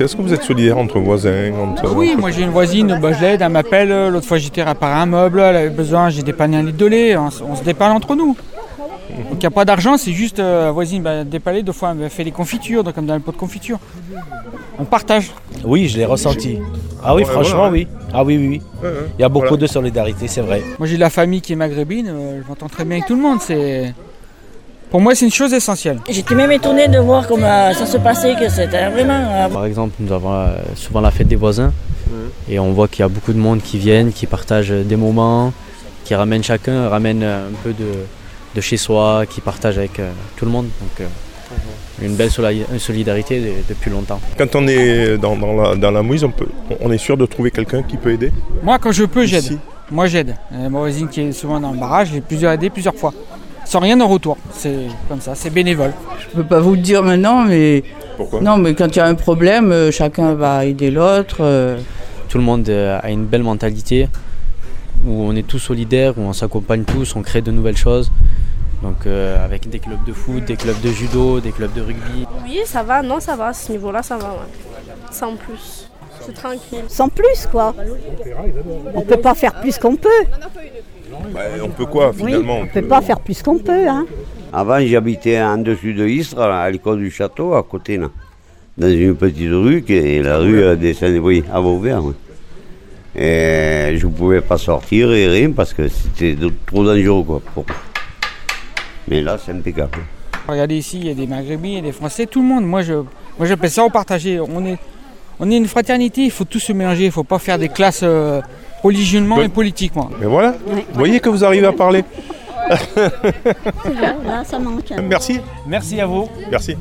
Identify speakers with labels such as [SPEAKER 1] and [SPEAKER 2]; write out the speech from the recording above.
[SPEAKER 1] Est-ce que vous êtes solidaire entre voisins entre...
[SPEAKER 2] Oui, moi j'ai une voisine, bah, je l'aide, elle m'appelle. L'autre fois j'étais réparer un meuble, elle avait besoin, j'ai dépanné un litre de lait. On, s- on se dépanne entre nous. Donc il n'y a pas d'argent, c'est juste euh, la voisine m'a dépalé. Deux fois elle m'a fait les confitures, donc elle me donne le pot de confiture. On partage.
[SPEAKER 3] Oui, je l'ai ressenti. Ah oui,
[SPEAKER 1] Ouais,
[SPEAKER 3] franchement,
[SPEAKER 1] voilà,
[SPEAKER 3] oui. Ah oui, oui, oui.
[SPEAKER 1] Ouais, ouais.
[SPEAKER 3] Il y a beaucoup
[SPEAKER 1] Voilà.
[SPEAKER 3] de solidarité, c'est vrai.
[SPEAKER 2] Moi j'ai de la famille qui est maghrébine, euh, je m'entends très bien avec tout le monde. C'est Pour moi c'est une chose essentielle.
[SPEAKER 4] J'étais même étonnée de voir comment euh, ça se passait, que c'était vraiment euh,
[SPEAKER 5] Par exemple, nous avons euh, souvent la fête des voisins et on voit qu'il y a beaucoup de monde qui viennent, qui partagent euh, des moments, qui ramènent chacun, ramène euh, un peu de, de chez soi, qui partagent avec euh, tout le monde. Donc, euh, une belle soli- une solidarité de- depuis longtemps.
[SPEAKER 1] Quand on est dans, dans la, dans la mouise, on, peut, on est sûr de trouver quelqu'un qui peut aider
[SPEAKER 2] Moi quand je peux j'aide.
[SPEAKER 1] Ici.
[SPEAKER 2] Moi j'aide. Euh, Ma voisine qui est souvent dans le barrage, je l'ai plusieurs aidé plusieurs fois. Sans rien en retour. C'est comme ça, c'est bénévole.
[SPEAKER 6] Je peux pas vous le dire maintenant, mais
[SPEAKER 1] Pourquoi
[SPEAKER 6] non, mais quand il y a un problème, euh, chacun va aider l'autre. euh.
[SPEAKER 5] Tout le monde euh, a une belle mentalité où on est tous solidaires, où on s'accompagne tous, on crée de nouvelles choses. Donc, euh, avec des clubs de foot, des clubs de judo, des clubs de rugby.
[SPEAKER 7] Oui, ça va, non, ça va, à ce niveau-là, ça va, ouais. Sans plus. C'est tranquille.
[SPEAKER 8] sans plus quoi. On peut pas faire plus qu'on peut.
[SPEAKER 1] Bah, On peut quoi
[SPEAKER 8] Oui,
[SPEAKER 1] finalement
[SPEAKER 8] on peut pas faire plus qu'on peut. Hein.
[SPEAKER 9] Avant, j'habitais en dessus de Istres, à l'école du château, à côté, là, dans une petite rue, qui est la rue euh, des Saint- oui, à Vauvert. oui. Et je ne pouvais pas sortir et rien parce que c'était de- trop dangereux. Quoi, pour- Mais là, c'est impeccable.
[SPEAKER 2] Regardez ici, il y a des Maghrébins, il y a des Français, tout le monde. Moi, je, moi, j'appelle ça au partager. On est, on est une fraternité. Il faut tous se mélanger. Il ne faut pas faire des classes euh, religieusement et politiquement.
[SPEAKER 1] Mais voilà, vous voyez que vous arrivez à parler.
[SPEAKER 8] Là, ça manque.
[SPEAKER 1] Merci,
[SPEAKER 3] Merci à vous.
[SPEAKER 1] merci.